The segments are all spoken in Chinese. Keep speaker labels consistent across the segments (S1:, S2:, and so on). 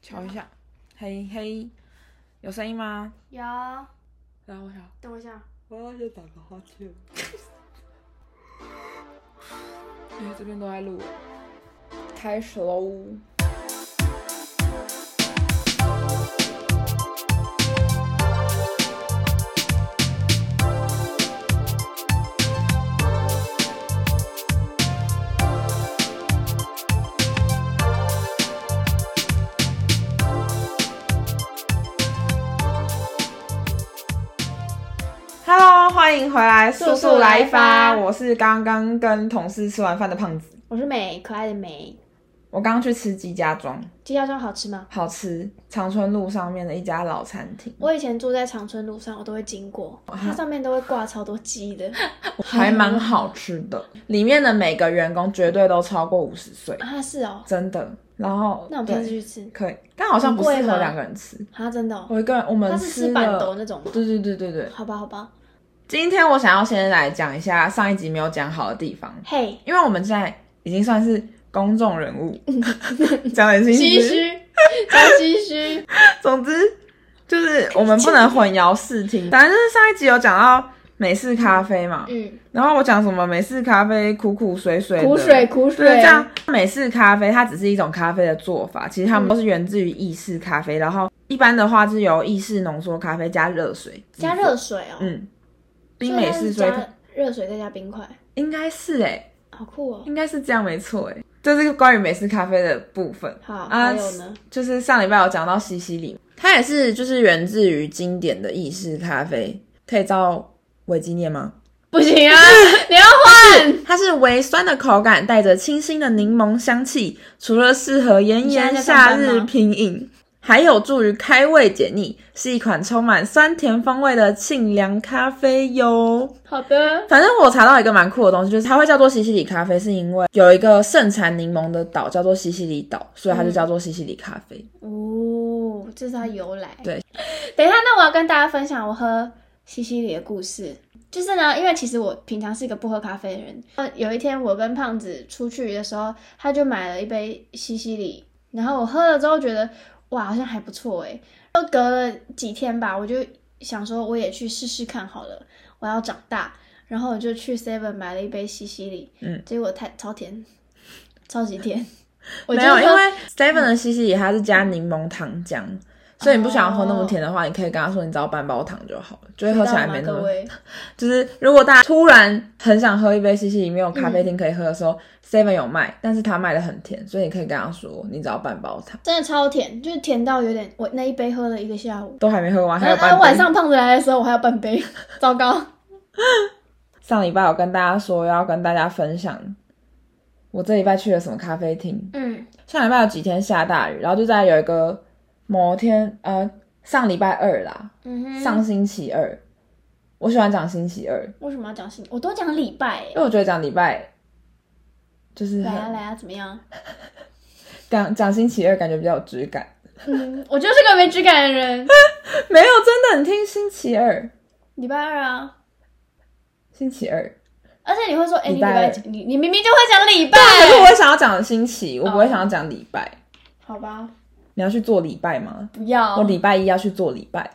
S1: 瞧一下，嘿嘿，有声音吗？
S2: 有，
S1: 然后我想，
S2: 等我一下。
S1: 我要先打个哈欠。哎，这边都在录了，开始哦喽！Hello，欢迎回来，速
S2: 速
S1: 速来
S2: 来
S1: 一发！
S2: 发
S1: 我是刚刚跟同事吃完饭的胖子，
S2: 我是美，可爱的美。
S1: 我刚刚去吃鸡家庄，
S2: 鸡架庄好吃吗？
S1: 好吃，长春路上面的一家老餐厅，
S2: 我以前住在长春路上，我都会经过，它上面都会挂超多鸡的。
S1: 还蛮好吃的。里面的每个员工绝对都超过五十岁，
S2: 啊，是哦。
S1: 真的。然后，
S2: 那我们下次去吃。
S1: 可以，但好像不适
S2: 很贵
S1: 合
S2: 吗
S1: 两个人吃。
S2: 啊，真的哦。
S1: 我一个人，我们
S2: 它是
S1: 吃
S2: 吃板豆
S1: 了。
S2: 那种吗？
S1: 对对对对对，
S2: 好吧，好吧。
S1: 今天我想要先来讲一下上一集没有讲好的地方，
S2: 嘿，
S1: 因为我们现在已经算是公众人 物，讲的
S2: 唏
S1: 心虚。
S2: 嘘，好唏嘘。
S1: 总之就是我们不能混淆视听。反正就是上一集有讲到美式咖啡嘛，
S2: 嗯，
S1: 然后我讲什么美式咖啡苦苦水水的
S2: 苦水苦水
S1: 对，这样美式咖啡它只是一种咖啡的做法，其实它们都是源自于意式咖啡。然后一般的话是由意式浓缩咖啡加热水，
S2: 加热水哦。
S1: 嗯，
S2: 所以
S1: 冰
S2: 它
S1: 美
S2: 是
S1: 式水
S2: 加热水再加冰块，
S1: 应该是哎、欸，
S2: 好酷哦。
S1: 应该是这样没错哎、欸，这是关于美式咖啡的部分。
S2: 好，
S1: 啊
S2: 还有呢？
S1: 就是上礼拜有讲到西西里，它也是就是源自于经典的意式咖啡，可以照维基念吗？
S2: 不行 啊，你要换。
S1: 它是微酸的口感，带着清新的柠檬香气，除了适合炎炎
S2: 你现在在
S1: 夏
S2: 上班吗
S1: 日品饮，还有助于开胃解腻，是一款充满酸甜风味的沁凉咖啡哟。
S2: 好的。
S1: 反正我查到一个蛮酷的东西，就是它会叫做西西里咖啡，是因为有一个盛产柠檬的岛叫做西西里岛，所以它就叫做西西里咖啡。
S2: 哦，这是它由来。
S1: 嗯对，
S2: 等一下，那我要跟大家分享我喝西西里的故事。就是呢，因为其实我平常是一个不喝咖啡的人。呃，有一天我跟胖子出去的时候，他就买了一杯西西里，然后我喝了之后觉得哇，好像还不错诶。又隔了几天吧，我就想说我也去试试看好了，我要长大。然后我就去 Seven 买了一杯西西里，
S1: 嗯，
S2: 结果太超甜，超级 甜。我就
S1: 没有，
S2: 喝嗯
S1: 因为 Seven 的西西里它是加柠檬糖浆，所以你不想要喝那
S2: 哦
S1: 么甜的话，你可以跟他说你只要半包糖就好了，就会喝起来没那
S2: 各
S1: 么。
S2: 位，
S1: 就是如果大家突然很想喝一杯西西里，没有咖啡
S2: 嗯
S1: 厅可以喝的时候，Seven、有卖，但是它卖的很甜，所以你可以跟他说你只要半包糖，
S2: 真的超甜，就是甜到有点，我那一杯喝了一个下午。
S1: 都还没喝完，还有
S2: 然
S1: 半
S2: 后
S1: 杯。
S2: 嗯啊晚上胖子来的时候，我还有半杯， 糟糕！
S1: 上礼拜有跟大家说要跟大家分享，我这礼拜去了什么咖啡厅，
S2: 嗯，
S1: 上礼拜有几天下大雨，然后就在有一个某天，呃，上礼拜二啦，
S2: 嗯哼
S1: 上星期二，我喜欢讲星期二，
S2: 为什么要讲星？我都讲礼拜
S1: 因
S2: 耶。
S1: 为我觉得讲礼拜就是
S2: 来啊
S1: 很
S2: 来啊，怎么样？
S1: 讲讲星期二感觉比较有质感。
S2: 嗯，我就是个没质感的人。
S1: 没有，真的，你听星期二，
S2: 礼拜二啊，
S1: 星期二，
S2: 而且你会说，哎、你
S1: 礼
S2: 礼
S1: 拜
S2: 拜几你你明明就会讲礼拜，
S1: 可是我想要讲星
S2: 哎
S1: 期，我不会想要讲礼拜。
S2: 好吧？
S1: 你要去做礼拜吗？
S2: 不要
S1: 我，礼拜一要去做礼拜。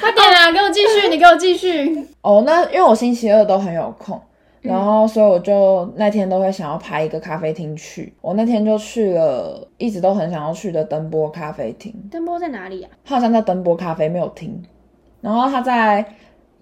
S2: 快点啊，给我继 续，你给我继续。
S1: 哦，那因为我星期二都很有空，
S2: 嗯
S1: 然后所以我就那天都会想要排一个咖啡厅去。我那天就去了，一直都很想要去的登波咖啡厅，
S2: 灯波在哪里啊？
S1: 它好像叫登波咖啡，没有听。然后它在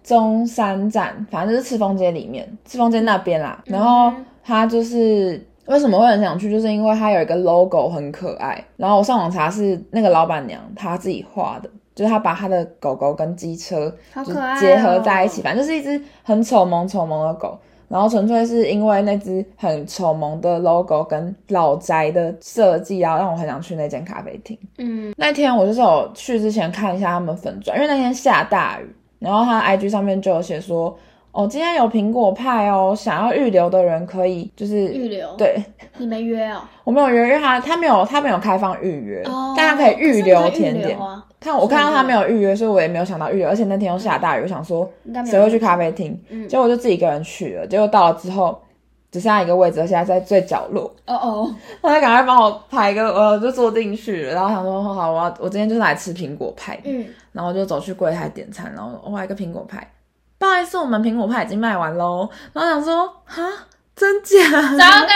S1: 中山站，反正就是赤峰街里面，赤峰街那边啦。
S2: 嗯
S1: 然后它就是。为什么会很想去？就是因为它有一个 logo 很可爱，然后我上网查是那个老板娘她自己画的，就是她把她的狗狗跟机车
S2: 好
S1: 就
S2: 可爱、哦
S1: 结合在一起，。反正就是一只很丑萌丑萌的狗。然后纯粹是因为那只很丑萌的 logo 跟老宅的设计啊，让我很想去那间咖啡厅。
S2: 嗯
S1: 那天我就是有去之前看一下他们粉钻，因为那天下大雨，然后他 IG 上面就有写说，哦，今天有苹果派哦，想要预留的人可以就是
S2: 预留
S1: 对，
S2: 你没约哦？
S1: 我没有约，因为他他没有他没有开放预约，
S2: 哦，
S1: 大家可以预留
S2: 可是你可以
S1: 甜
S2: 预
S1: 点
S2: 留。啊，
S1: 但我看到
S2: 所以
S1: 他
S2: 就
S1: 没有预约，所以我也没有想到预约，而且那天又下大雨，我想说
S2: 应该没有
S1: 谁会去咖啡厅？
S2: 嗯
S1: 结果我就自己一个人去了。结果到了之后，只剩下一个位置，而且还在最角落。
S2: 哦哦，
S1: 他就赶快帮我排一个，我就坐进去了，然后想说哦好，我要我今天就是来吃苹果派的，
S2: 嗯，
S1: 然后我就走去柜台点餐，然后哇一个苹果派，不好意思，我们苹果派已经卖完喽。然后想说哈，真 假？
S2: 糟糕，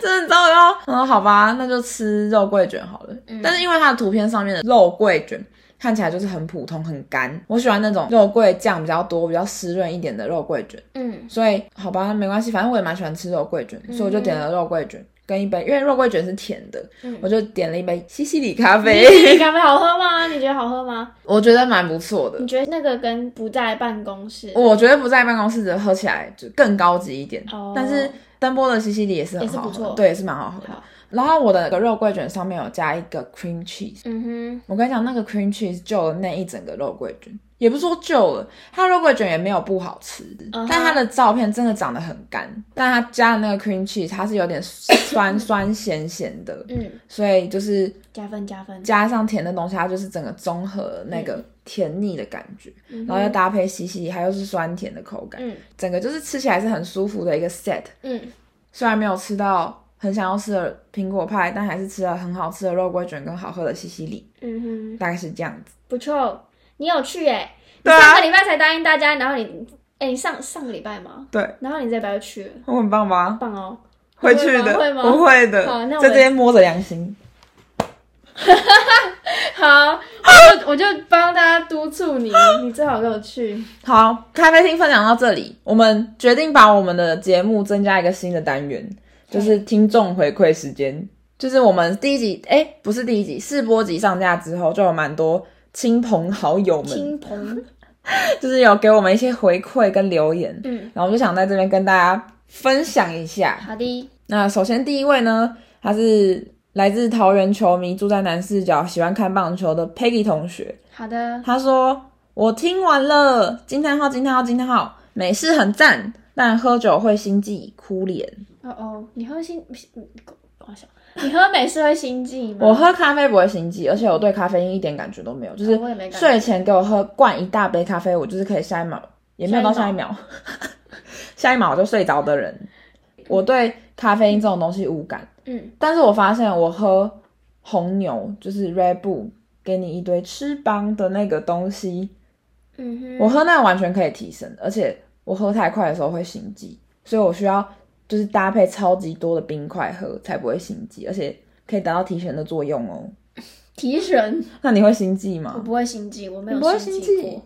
S1: 真的糟糕。然后好吧，那就吃肉桂卷好了。
S2: 嗯
S1: 但是因为它的图片上面的肉桂卷看起来就是很普通很干，我喜欢那种肉桂酱比较多、比较湿润一点的肉桂卷。
S2: 嗯
S1: 所以好吧，没关系，反正我也蛮喜欢吃肉桂卷，所以我就点了肉桂卷跟一杯，因为肉桂卷是甜的，
S2: 嗯
S1: 我，就点了一杯西西里咖
S2: 你
S1: 啡，
S2: 咖啡好喝吗？你觉得好喝吗？
S1: 我觉得蛮不错的
S2: 你。觉得那个跟不在办公室
S1: 我觉得不在办公室的喝起来就更高级一点，
S2: 哦
S1: 但是登波的西西里也是很
S2: 也是
S1: 好
S2: 不
S1: 喝，
S2: 错
S1: 对，也是蛮好喝。
S2: 好，
S1: 然后我的那个肉桂卷上面有加一个 cream cheese，
S2: 嗯
S1: 我跟你讲，那个 cream cheese 救了那一整个肉桂卷，也不是说救了，它肉桂卷也没有不好吃
S2: 嗯哼
S1: 但它的照片真的长得很干，但它加的那个 cream cheese 它是有点 酸酸咸咸的
S2: 哼，，嗯，
S1: 所以就是
S2: 加分加分，
S1: 加上甜的东西，它就是整个综合那个甜腻的感觉，
S2: 嗯嗯哼
S1: 然后又搭配西西里，它又是酸甜的口感，
S2: 嗯
S1: 整个就是吃起来是很舒服的一个 set。
S2: 嗯
S1: 虽然没有吃到很想要吃的苹果派，但还是吃了很好吃的肉桂卷跟好喝的西西里，
S2: 嗯哼。
S1: 大概是这样子。
S2: 不错，你有去哎、你
S1: 对啊
S2: 上个礼拜才答应大家，然后你，哎、你上上个礼拜吗？
S1: 对，
S2: 然后你这礼拜就去了，
S1: 我很棒吧？
S2: 棒哦！
S1: 会去的，
S2: 会吗会吗
S1: 不会的
S2: 好那，我
S1: 在这边摸着良心。
S2: 好，我就我就帮大家督促你，你最好给我去。
S1: 好，咖啡厅分享到这里，我们决定把我们的节目增加一个新的单元，就是听众回馈时间。就是我们第一集，哎、不是第一集，试播集上架之后，就有蛮多亲朋好友们，
S2: 亲朋，
S1: 就是有给我们一些回馈跟留言，
S2: 嗯，
S1: 然后我就想在这边跟大家分享一下。
S2: 好的，
S1: 那首先第一位呢，他是来自桃园球迷，住在南四角，喜欢看棒球的 Peggy 同学。
S2: 好的，
S1: 他说：“我听完了，惊叹号，惊叹号，惊叹号，美式很赞，但喝酒会心悸、哭脸。
S2: 哦哦，你喝心，嗯我想，你喝美式会心悸吗？
S1: 我 喝咖啡不会心悸，而且我对咖啡因一点感觉都没有，就是
S2: 哦我也没感觉
S1: 睡前给我喝灌一大杯咖啡，我就是可以下一秒，也没有到下一秒， 下一秒我就睡着的人。我对咖啡因这种东西无感，
S2: 嗯，
S1: 但是我发现我喝红牛就是 Red Bull 给你一堆吃帮的那个东西，
S2: 嗯哼，
S1: 我喝那个完全可以提神，而且我喝太快的时候会心悸，所以我需要就是搭配超级多的冰块喝才不会心悸，而且可以达到提神的作用哦。
S2: 提神，
S1: 那你会心悸
S2: 我
S1: 吗？
S2: 不会心悸，我没
S1: 你不会
S2: 有
S1: 心
S2: 悸
S1: 悸
S2: 过，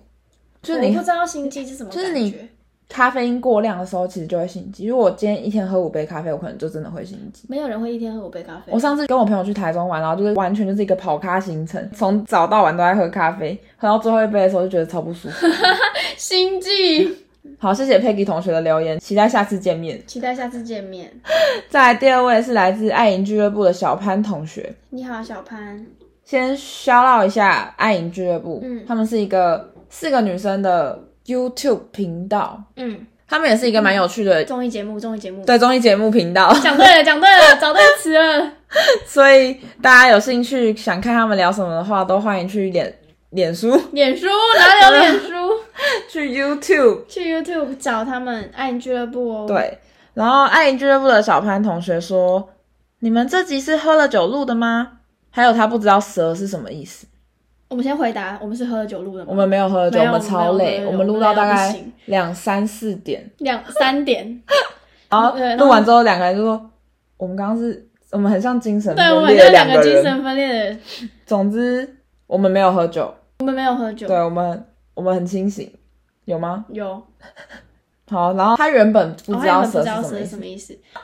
S1: 就是
S2: 我
S1: 你
S2: 不知道心悸是什么感
S1: 就
S2: 觉，
S1: 是你咖啡因过量的时候，其实就会心悸。如果我今天一天喝五杯咖啡，我可能就真的会心悸。
S2: 没有人会一天喝五杯咖啡
S1: 我，上次跟我朋友去台中玩，然后就是完全就是一个跑咖行程，从早到晚都在喝咖啡，喝到最后一杯的时候就觉得超不舒 服。
S2: 心悸。
S1: 好，谢谢 Peggy 同学的留言，期待下次见面。
S2: 期待下次见面。
S1: 再来第二位是来自爱影俱乐部的小潘同学，
S2: 你好，小潘。
S1: 先 shout out 一下爱影俱乐部，
S2: 嗯
S1: 他们是一个四个女生的 YouTube 频道，
S2: 嗯，
S1: 他们也是一个蛮有趣的、
S2: 综艺节目，综艺节目。
S1: 对综艺节目频道，
S2: 讲对了，讲对了，找对词了。
S1: 所以大家有兴趣想看他们聊什么的话，都欢迎去脸脸书、
S2: 脸书哪里有脸书？
S1: 去 YouTube
S2: 去 YouTube 找他们爱你俱乐部哦。，
S1: 对，然后爱影俱乐部的小潘同学说：“你们这集是喝了酒录的吗？”还有他不知道“蛇”是什么意思。
S2: 我们先回答，我们是喝酒录的
S1: 我
S2: 吗？
S1: 们没有喝酒，
S2: 没
S1: 我
S2: 有
S1: 们超累，
S2: 我
S1: 我
S2: 们没有
S1: 们录
S2: 我们
S1: 到大
S2: 累到不
S1: 概
S2: 行
S1: 两三四点，
S2: 两三点，
S1: 然后
S2: 对然后
S1: 录完之后两个人就说：“我们刚刚是，我们很像精神
S2: 对，我
S1: 分
S2: 们
S1: 裂
S2: 就
S1: 的
S2: 两
S1: 个
S2: 个精
S1: 人。
S2: 神分裂的人，
S1: 总之，我们没有喝酒，
S2: 我们没有喝酒
S1: 对。我啊们我们很清醒，有吗？
S2: 有，
S1: 好，然后他原本不
S2: 哦
S1: 知
S2: 还有
S1: 道“
S2: 你们
S1: 蛇”
S2: 不知
S1: 是
S2: 道
S1: 什么
S2: 蛇
S1: 意
S2: 是
S1: 思
S2: 什。么意思？
S1: 他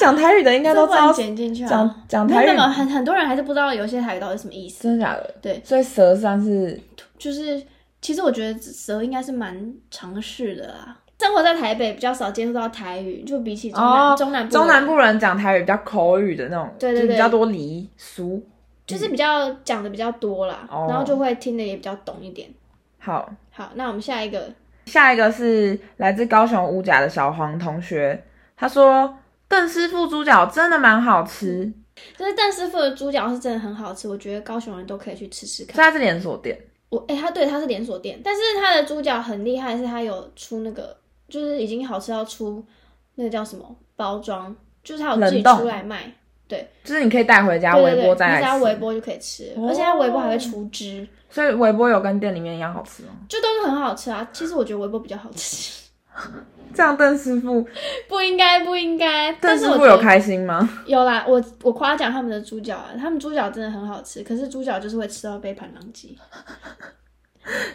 S1: 讲台语的应该
S2: 这
S1: 都
S2: 不
S1: 知
S2: 然
S1: 道，
S2: 剪进去啊。
S1: 讲讲
S2: 没有
S1: 台
S2: 没
S1: 语
S2: 有，很很多人还是不知道有些台语到底是什么意思。
S1: 真的假的？
S2: 对
S1: 所以“蛇”算是
S2: 就是其实我觉得蛇应该是蛮常识的啦。生活在台北比较少接触到台语，就比起中南、
S1: 哦
S2: 中南部
S1: 中南部人讲台语比较口语的那种，
S2: 对对
S1: 就
S2: 对
S1: 是比较多俚俗。
S2: 就是比较讲的比较多啦，
S1: 哦
S2: 然后就会听得也比较懂一点。
S1: 好，
S2: 好，那我们下一个，
S1: 下一个是来自高雄乌甲的小黄同学，他说邓师傅猪脚真的蛮好吃，
S2: 嗯就是邓师傅的猪脚是真的很好吃，我觉得高雄人都可以去吃吃
S1: 所以
S2: 看。
S1: 它是连锁店。
S2: 我哎、他对他是连锁店，但是他的猪脚很厉害，是他有出那个，就是已经好吃到出那个叫什么包装，就是它有
S1: 冷
S2: 自己
S1: 冻
S2: 出来卖，
S1: 就是你可以带回家
S2: 对对
S1: 微
S2: 对，
S1: 波
S2: 你
S1: 再
S2: 只要
S1: 来
S2: 微
S1: 吃，
S2: 波就可以吃，
S1: 哦
S2: 而且它微波还会除汁，
S1: 所以微波有跟店里面一样好吃哦。
S2: 就都是很好吃啊。其实我觉得微波比较好吃，
S1: 这样邓师傅，
S2: 不应该不应该，
S1: 邓
S2: 但是
S1: 师
S2: 我
S1: 傅
S2: 觉
S1: 有
S2: 得
S1: 开心吗？
S2: 有啦，我我夸奖他们的猪脚啊，他们猪脚真的很好吃，可是猪脚就是会吃到杯盘狼藉。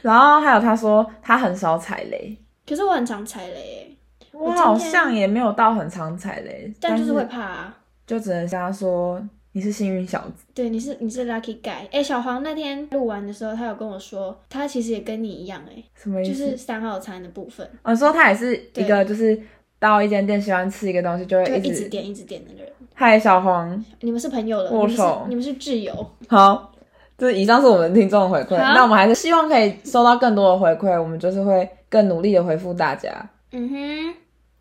S1: 然后还有他说他很少踩雷，
S2: 可是我很常踩雷欸、
S1: 我
S2: 今
S1: 好
S2: 天
S1: 像也没有到很常踩雷，
S2: 但
S1: 但
S2: 就是会怕啊。
S1: 就只能跟他说你是幸运小子，
S2: 对，你是你是 lucky guy。哎、小黄那天录完的时候，他有跟我说，他其实也跟你一样、欸，
S1: 什么
S2: 哎，
S1: 意
S2: 就
S1: 思？
S2: 是三号餐的部分，
S1: 我说他也是一
S2: 对
S1: 个就是到一间店喜欢吃一个东西就
S2: 就
S1: 会
S2: 会
S1: 一
S2: 一直
S1: 直
S2: 点一直点的人。
S1: 嗨小黄
S2: 你们是朋友了，你
S1: 握
S2: 们是
S1: 手
S2: 你们是挚友。
S1: 好。这以上是我们的听众的回馈，
S2: 好
S1: 那我们还是希望可以收到更多的回馈，我们就是会更努力的回复大家。
S2: 嗯哼，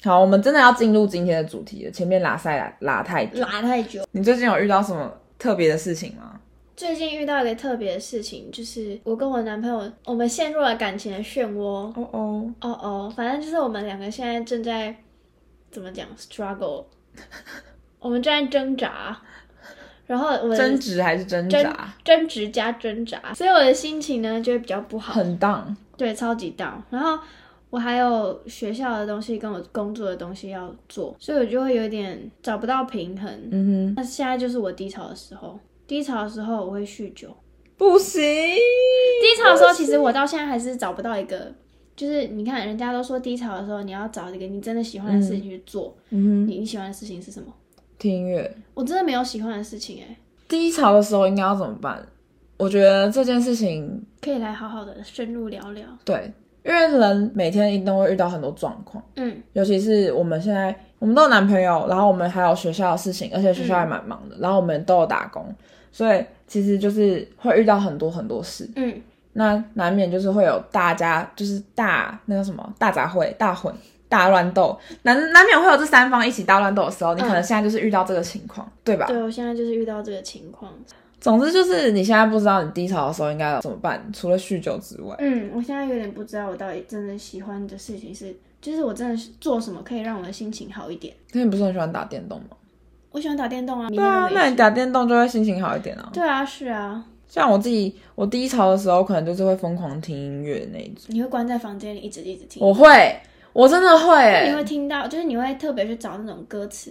S1: 好，我们真的要进入今天的主题了，前面拉塞拉拉太久。
S2: 拉太久。
S1: 你最近有遇到什么特别的事情吗？
S2: 最近遇到一个特别的事情，就是我跟我男朋友，我们陷入了感情的漩涡。
S1: 哦哦，
S2: 哦哦，反正就是我们两个现在正在怎么讲 struggle，我们正在挣扎，然后我的
S1: 争执还是挣
S2: 争
S1: 扎，
S2: 争执加挣扎，所以我的心情呢就会比较不好，
S1: 很荡。
S2: 对，超级 down。然后我还有学校的东西跟我工作的东西要做，所以我就会有点找不到平衡。
S1: 嗯
S2: 那、现在就是我低潮的时候，低潮的时候我会酗酒，
S1: 嗯哼，不行。
S2: 低潮的时候，其实我到现在还是找不到一个，就是你看，人家都说低潮的时候你要找一个你真的喜欢的事情去做。
S1: 嗯哼，
S2: 你你喜欢的事情是什么？
S1: 听音乐。
S2: 我真的没有喜欢的事情哎、
S1: 低潮的时候应该要怎么办？我觉得这件事情，
S2: 可以来好好的深入聊聊。
S1: 对，因为人每天一定会遇到很多状况，
S2: 嗯
S1: 尤其是我们现在，我们都有男朋友，然后我们还有学校的事情，而且学
S2: 嗯
S1: 校还蛮忙的，然后我们都有打工，所以其实就是会遇到很多很多事。
S2: 嗯，
S1: 那难免就是会有大家就是大那叫什么大杂烩、大混、大乱斗，难难免会有这三方一起大乱斗的时候，你可能现在就是遇到这个情况，对吧？
S2: 嗯对我现在就是遇到这个情况。
S1: 总之就是你现在不知道你低潮的时候应该怎么办，除了酗酒之外，
S2: 嗯，我现在有点不知道我到底真的喜欢的事情是，就是我真的是做什么可以让我的心情好一点。
S1: 那你不是很喜欢打电动吗？
S2: 我喜欢打电动啊，
S1: 对啊，
S2: 明天都没
S1: 那你打电动就会心情好一点啊。
S2: 对啊，是啊，
S1: 像我自己，我低潮的时候可能就是会疯狂听音乐那一种，
S2: 你会关在房间里一直一直听，
S1: 我会，我真的会、
S2: 那你
S1: 欸
S2: 会，听到，就是你会特别去找那种歌词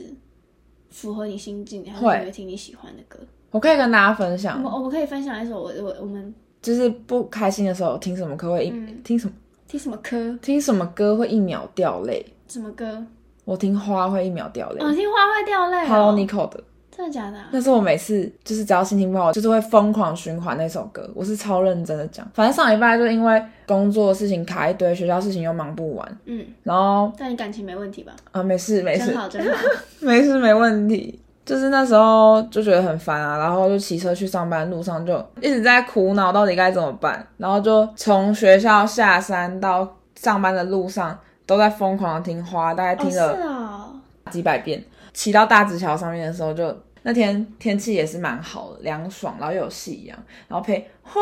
S2: 符合你心境，还是
S1: 会
S2: 你会听你喜欢的歌？
S1: 我可以跟大家分
S2: 我
S1: 享
S2: 们，我们可以分享一首我我我们
S1: 就是不开心的时候听什么歌会一、
S2: 嗯
S1: 听什么。
S2: 听什么歌？
S1: 听什么歌会一秒掉泪？
S2: 什么歌？
S1: 我听花会一秒掉泪。
S2: 哦，听花会掉泪、哦。
S1: Hello Nico 的，
S2: 真的假的、啊？
S1: 那是我每次就是只要心情不好，我就是会疯狂循环那首歌。我是超认真的讲，反正上礼拜就因为工作的事情卡一堆，学校事情又忙不完，
S2: 嗯，
S1: 然后
S2: 但你感情没问题吧？
S1: 啊没事没
S2: 真
S1: 事
S2: 好，真好。
S1: 没事没问题。就是那时候就觉得很烦啊，然后就骑车去上班，路上就一直在苦恼到底该怎么办，然后就从学校下山到上班的路上都在疯狂的听花，大概
S2: 哦，
S1: 听
S2: 是
S1: 了
S2: 哦。
S1: 几百遍。骑到大直桥上面的时候就，那天天气也是蛮好的，凉爽，然后又有夕阳，然后配花，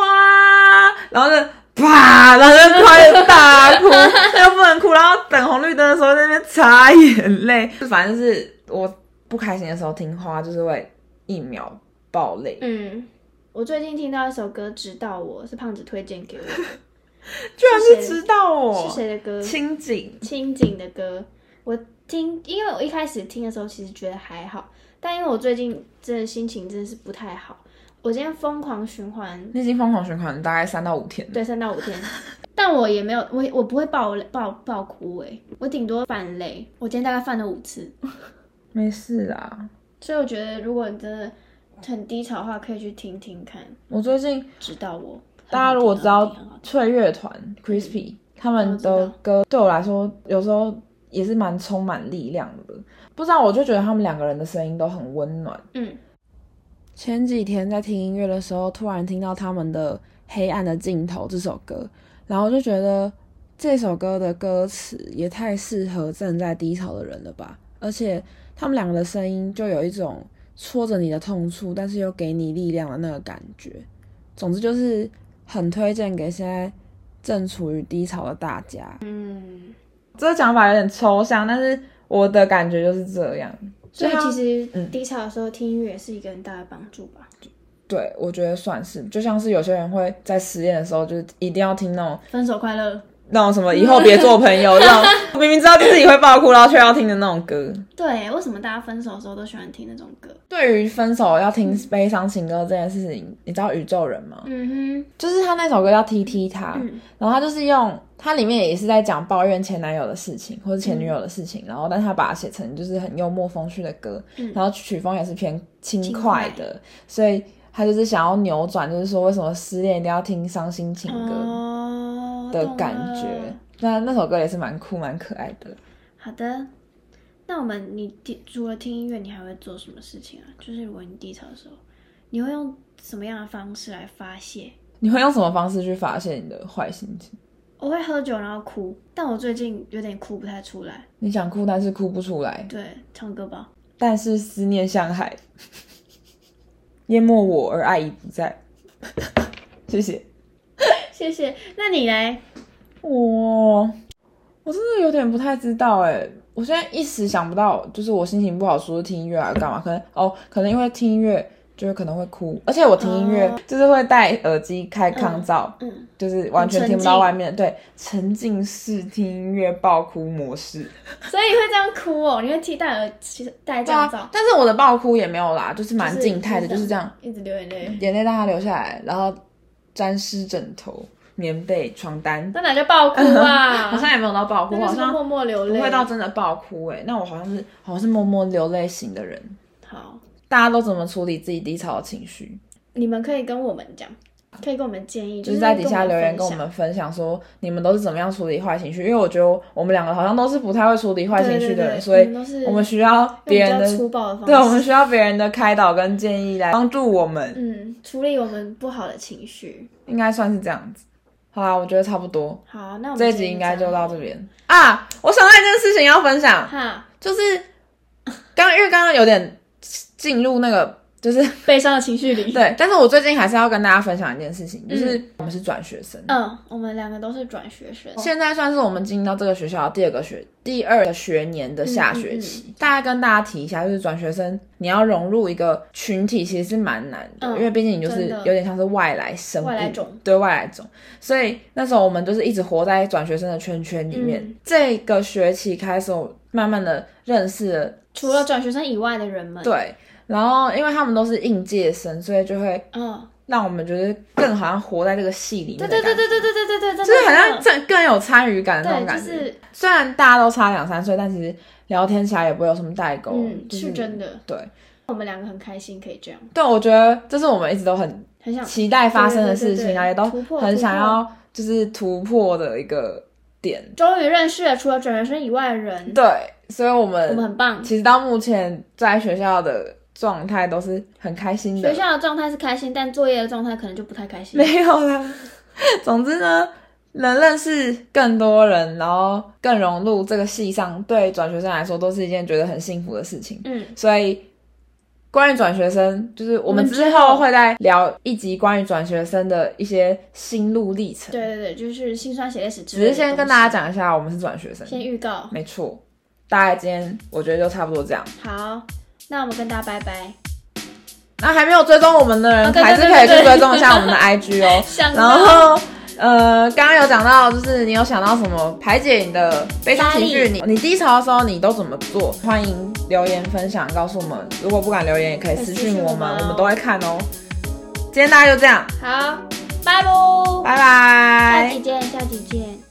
S1: 然后就啪，然后就突然大哭，但又不能哭，然后等红绿灯的时候在那边擦眼泪，反正就是我不开心的时候听花，就是会一秒爆泪。
S2: 嗯，我最近听到一首歌《指导我》，是胖子推荐给我的，
S1: 居然是知道我
S2: 是谁的歌？
S1: 清景，
S2: 清景的歌，我听，因为我一开始听的时候其实觉得还好，但因为我最近真的心情真的是不太好，我今天疯狂循环，
S1: 你已经疯狂循环大概三到五天了。
S2: 对，三到五天，但我也没有，我我不会爆泪爆爆哭诶、我顶多犯泪，我今天大概犯了五次，
S1: 没事啦，
S2: 所以我觉得如果你真的很低潮的话，可以去听听看，
S1: 我最近
S2: 指导我。
S1: 大家如果知
S2: 很
S1: 道
S2: 好听很好听嗯
S1: 翠乐团 Crispy，他们
S2: 我
S1: 的
S2: 知道
S1: 歌对我来说有时候也是蛮充满力量的。不知道，我就觉得他们两个人的声音都很温暖。
S2: 嗯，
S1: 前几天在听音乐的时候，突然听到他们的《黑暗的尽头》这首歌，然后就觉得这首歌的歌词也太适合正在低潮的人了吧！而且他们两个的声音就有一种戳着你的痛处，但是又给你力量的那个感觉。总之就是很推荐给现在正处于低潮的大家。
S2: 嗯，
S1: 这个讲法有点抽象，但是我的感觉就是这样。
S2: 所以
S1: 对啊
S2: 其实低潮的时候听音乐也是一个很大的帮助吧，
S1: 对，我觉得算是，就像是有些人会在失恋的时候，就是一定要听那种
S2: 分手快乐。
S1: 那种什么以后别做朋友这种，明明知道自己会爆哭，然后却要听的那种歌。
S2: 对，为什么大家分手的时候都喜欢听那种歌？
S1: 对于分手要听悲伤情歌这件事情，你知道宇宙人吗？
S2: 嗯
S1: 就是他那首歌叫《踢踢他》，
S2: 嗯
S1: 然后他就是用它里面也是在讲抱怨前男友的事情或者前女友的事情，然后但他把它写成就是很幽默风趣的歌，
S2: 嗯
S1: 然后曲风也是偏轻
S2: 轻
S1: 快
S2: 快
S1: 的，所以他就是想要扭转，就是说为什么失恋一定要听伤心情
S2: 哼，
S1: 歌
S2: 哦，
S1: 的
S2: 懂
S1: 感
S2: 了
S1: 觉。那那首歌也是蛮酷蛮可爱的。
S2: 好的，那我们你听除了听音乐，你还会做什么事情啊？就是如果你低潮的时候，你会用什么样的方式来发泄？
S1: 你会用什么方式去发泄你的坏心情？
S2: 我会喝酒然后哭，但我最近有点哭不太出来。
S1: 你想哭，但是哭不出来，
S2: 对，唱歌吧。
S1: 但是思念像海， 淹没我而爱已不在。 谢谢。
S2: 谢谢。那你来，
S1: 我我真的有点不太知道哎、我现在一时想不到，就是我心情不好，说听音乐啊干嘛？可能哦，可能因为听音乐就是可能会哭，而且我听音乐、
S2: 哦
S1: 就是会戴耳机开抗噪，
S2: 嗯，
S1: 就是完全
S2: 很
S1: 听
S2: 沉
S1: 不到
S2: 浸
S1: 外面，对，沉浸式听音乐爆哭模式。
S2: 所以你会这样哭哦？你会替戴耳其实戴
S1: 对
S2: 降
S1: 啊
S2: 噪，，
S1: 但是我的爆哭也没有啦，就是蛮
S2: 哦是
S1: 静态的，就是这样，，
S2: 一直流眼泪。
S1: 眼泪让它流下来，然后沾湿枕头、棉被、床单，
S2: 那哪叫爆哭啊？
S1: 好 像也没有到爆哭，
S2: 那
S1: 好
S2: 就是
S1: 像
S2: 默默流
S1: 不
S2: 泪。
S1: 会到真的爆哭哎、那我好像是好像是默默流泪型的人。
S2: 好，
S1: 大家都怎么处理自己低潮的情绪？
S2: 你们可以跟我们讲，可以跟我们建议，
S1: 就
S2: 就是
S1: 在底下留言
S2: 跟
S1: 跟
S2: 我
S1: 我
S2: 们
S1: 们分享说你们都是怎么样处理坏情绪，因为我觉得我们两个好像都是不太会处理坏情绪的人，
S2: 对对对
S1: 所以
S2: 我们都是
S1: 我们需要别人
S2: 用比较
S1: 的，
S2: 粗暴的方式，
S1: 对，我们需要别人的开导跟建议来帮助我们，
S2: 嗯处理我们不好的情绪。
S1: 应该算是这样子。好啦，我觉得差不多，
S2: 好，那我们
S1: 这一
S2: 今
S1: 集
S2: 天
S1: 应该
S2: 这
S1: 就
S2: 样
S1: 到这边啊！我想到一件事情要分享，
S2: 哈，
S1: 就是刚因为刚刚有点进入那个就是。
S2: 悲伤的情绪里。
S1: 对，但是我最近还是要跟大家分享一件事情，就是我们是转学生，
S2: 嗯，我们两个都是转学生，
S1: 现在算是我们进到这个学校的第二个学第二个学年的下学期。
S2: 嗯
S1: 大概跟大家提一下，就是转学生你要融入一个群体，其实是蛮难的，
S2: 嗯
S1: 因为毕竟你就是
S2: 真的
S1: 有点像是外来生物，
S2: 外来种
S1: 对外来种。所以那时候我们就是一直活在转学生的圈圈里面。
S2: 嗯
S1: 这个学期开始，我慢慢的认识了
S2: 除了转学生以外的人们，，
S1: 对，然后因为他们都是应届生，所以就会
S2: 嗯，
S1: 让我们觉得更好像活在这个戏里面的
S2: 对
S1: 感
S2: 对
S1: 觉，
S2: 对对对对对对对，真的
S1: 就是好像
S2: 真的
S1: 更更有参与感的那种
S2: 对，
S1: 感
S2: 就
S1: 觉。
S2: 是
S1: 虽然大家都差两三岁，但其实聊天起来也不会有什么代沟，
S2: 嗯，
S1: 就是
S2: 真。的，
S1: 对
S2: 我们两个很开心可以这样，
S1: 对，我觉得这是我们一直都很
S2: 很想
S1: 期待发生的事情啊，
S2: 对对对对
S1: 也都
S2: 突破
S1: 很
S2: 突
S1: 想
S2: 破
S1: 要就是突破的一个点。
S2: 终于认识了除了转学生以外的人，
S1: 对，所以我
S2: 我
S1: 们
S2: 们很棒。
S1: 其实到目前在学校的状态都是很开心的
S2: 学，校的状态是开心，但作业的状态可能就不太开心。
S1: 没有啦。总之呢，能认识更多人，然后更融入这个系上，对转学生来说都是一件觉得很幸福的事情。
S2: 嗯，
S1: 所以，关于转学生，就是我们
S2: 我们
S1: 之
S2: 之
S1: 后
S2: 后
S1: 会再聊一集关于转学生的一些心路历程。
S2: 对，对对，就是心酸血泪史之
S1: 只
S2: 类的
S1: 是
S2: 东西。
S1: 先跟大家讲一下，我们是转学生，
S2: 先预告，
S1: 没错。大概今天我觉得就差不多这样。
S2: 好，那我们跟大家拜拜。
S1: 那还没有追踪我们的人，
S2: 哦对对
S1: 还是可以
S2: 对对
S1: 去
S2: 对
S1: 追踪一下我们的 IG 哦。
S2: 想
S1: 然后，呃，刚刚有讲到，就是你有想到什么排解你的悲伤情绪？
S2: 压
S1: 你你低潮的时候你都怎么做？欢迎留言分享，告诉我们。如果不敢留言，也可以私
S2: 可以私
S1: 信
S2: 讯
S1: 我
S2: 我
S1: 们
S2: 们哦，
S1: 我们都会看哦。今天大家就这样，
S2: 好，拜拜，
S1: 拜拜
S2: 下。集见，下集见。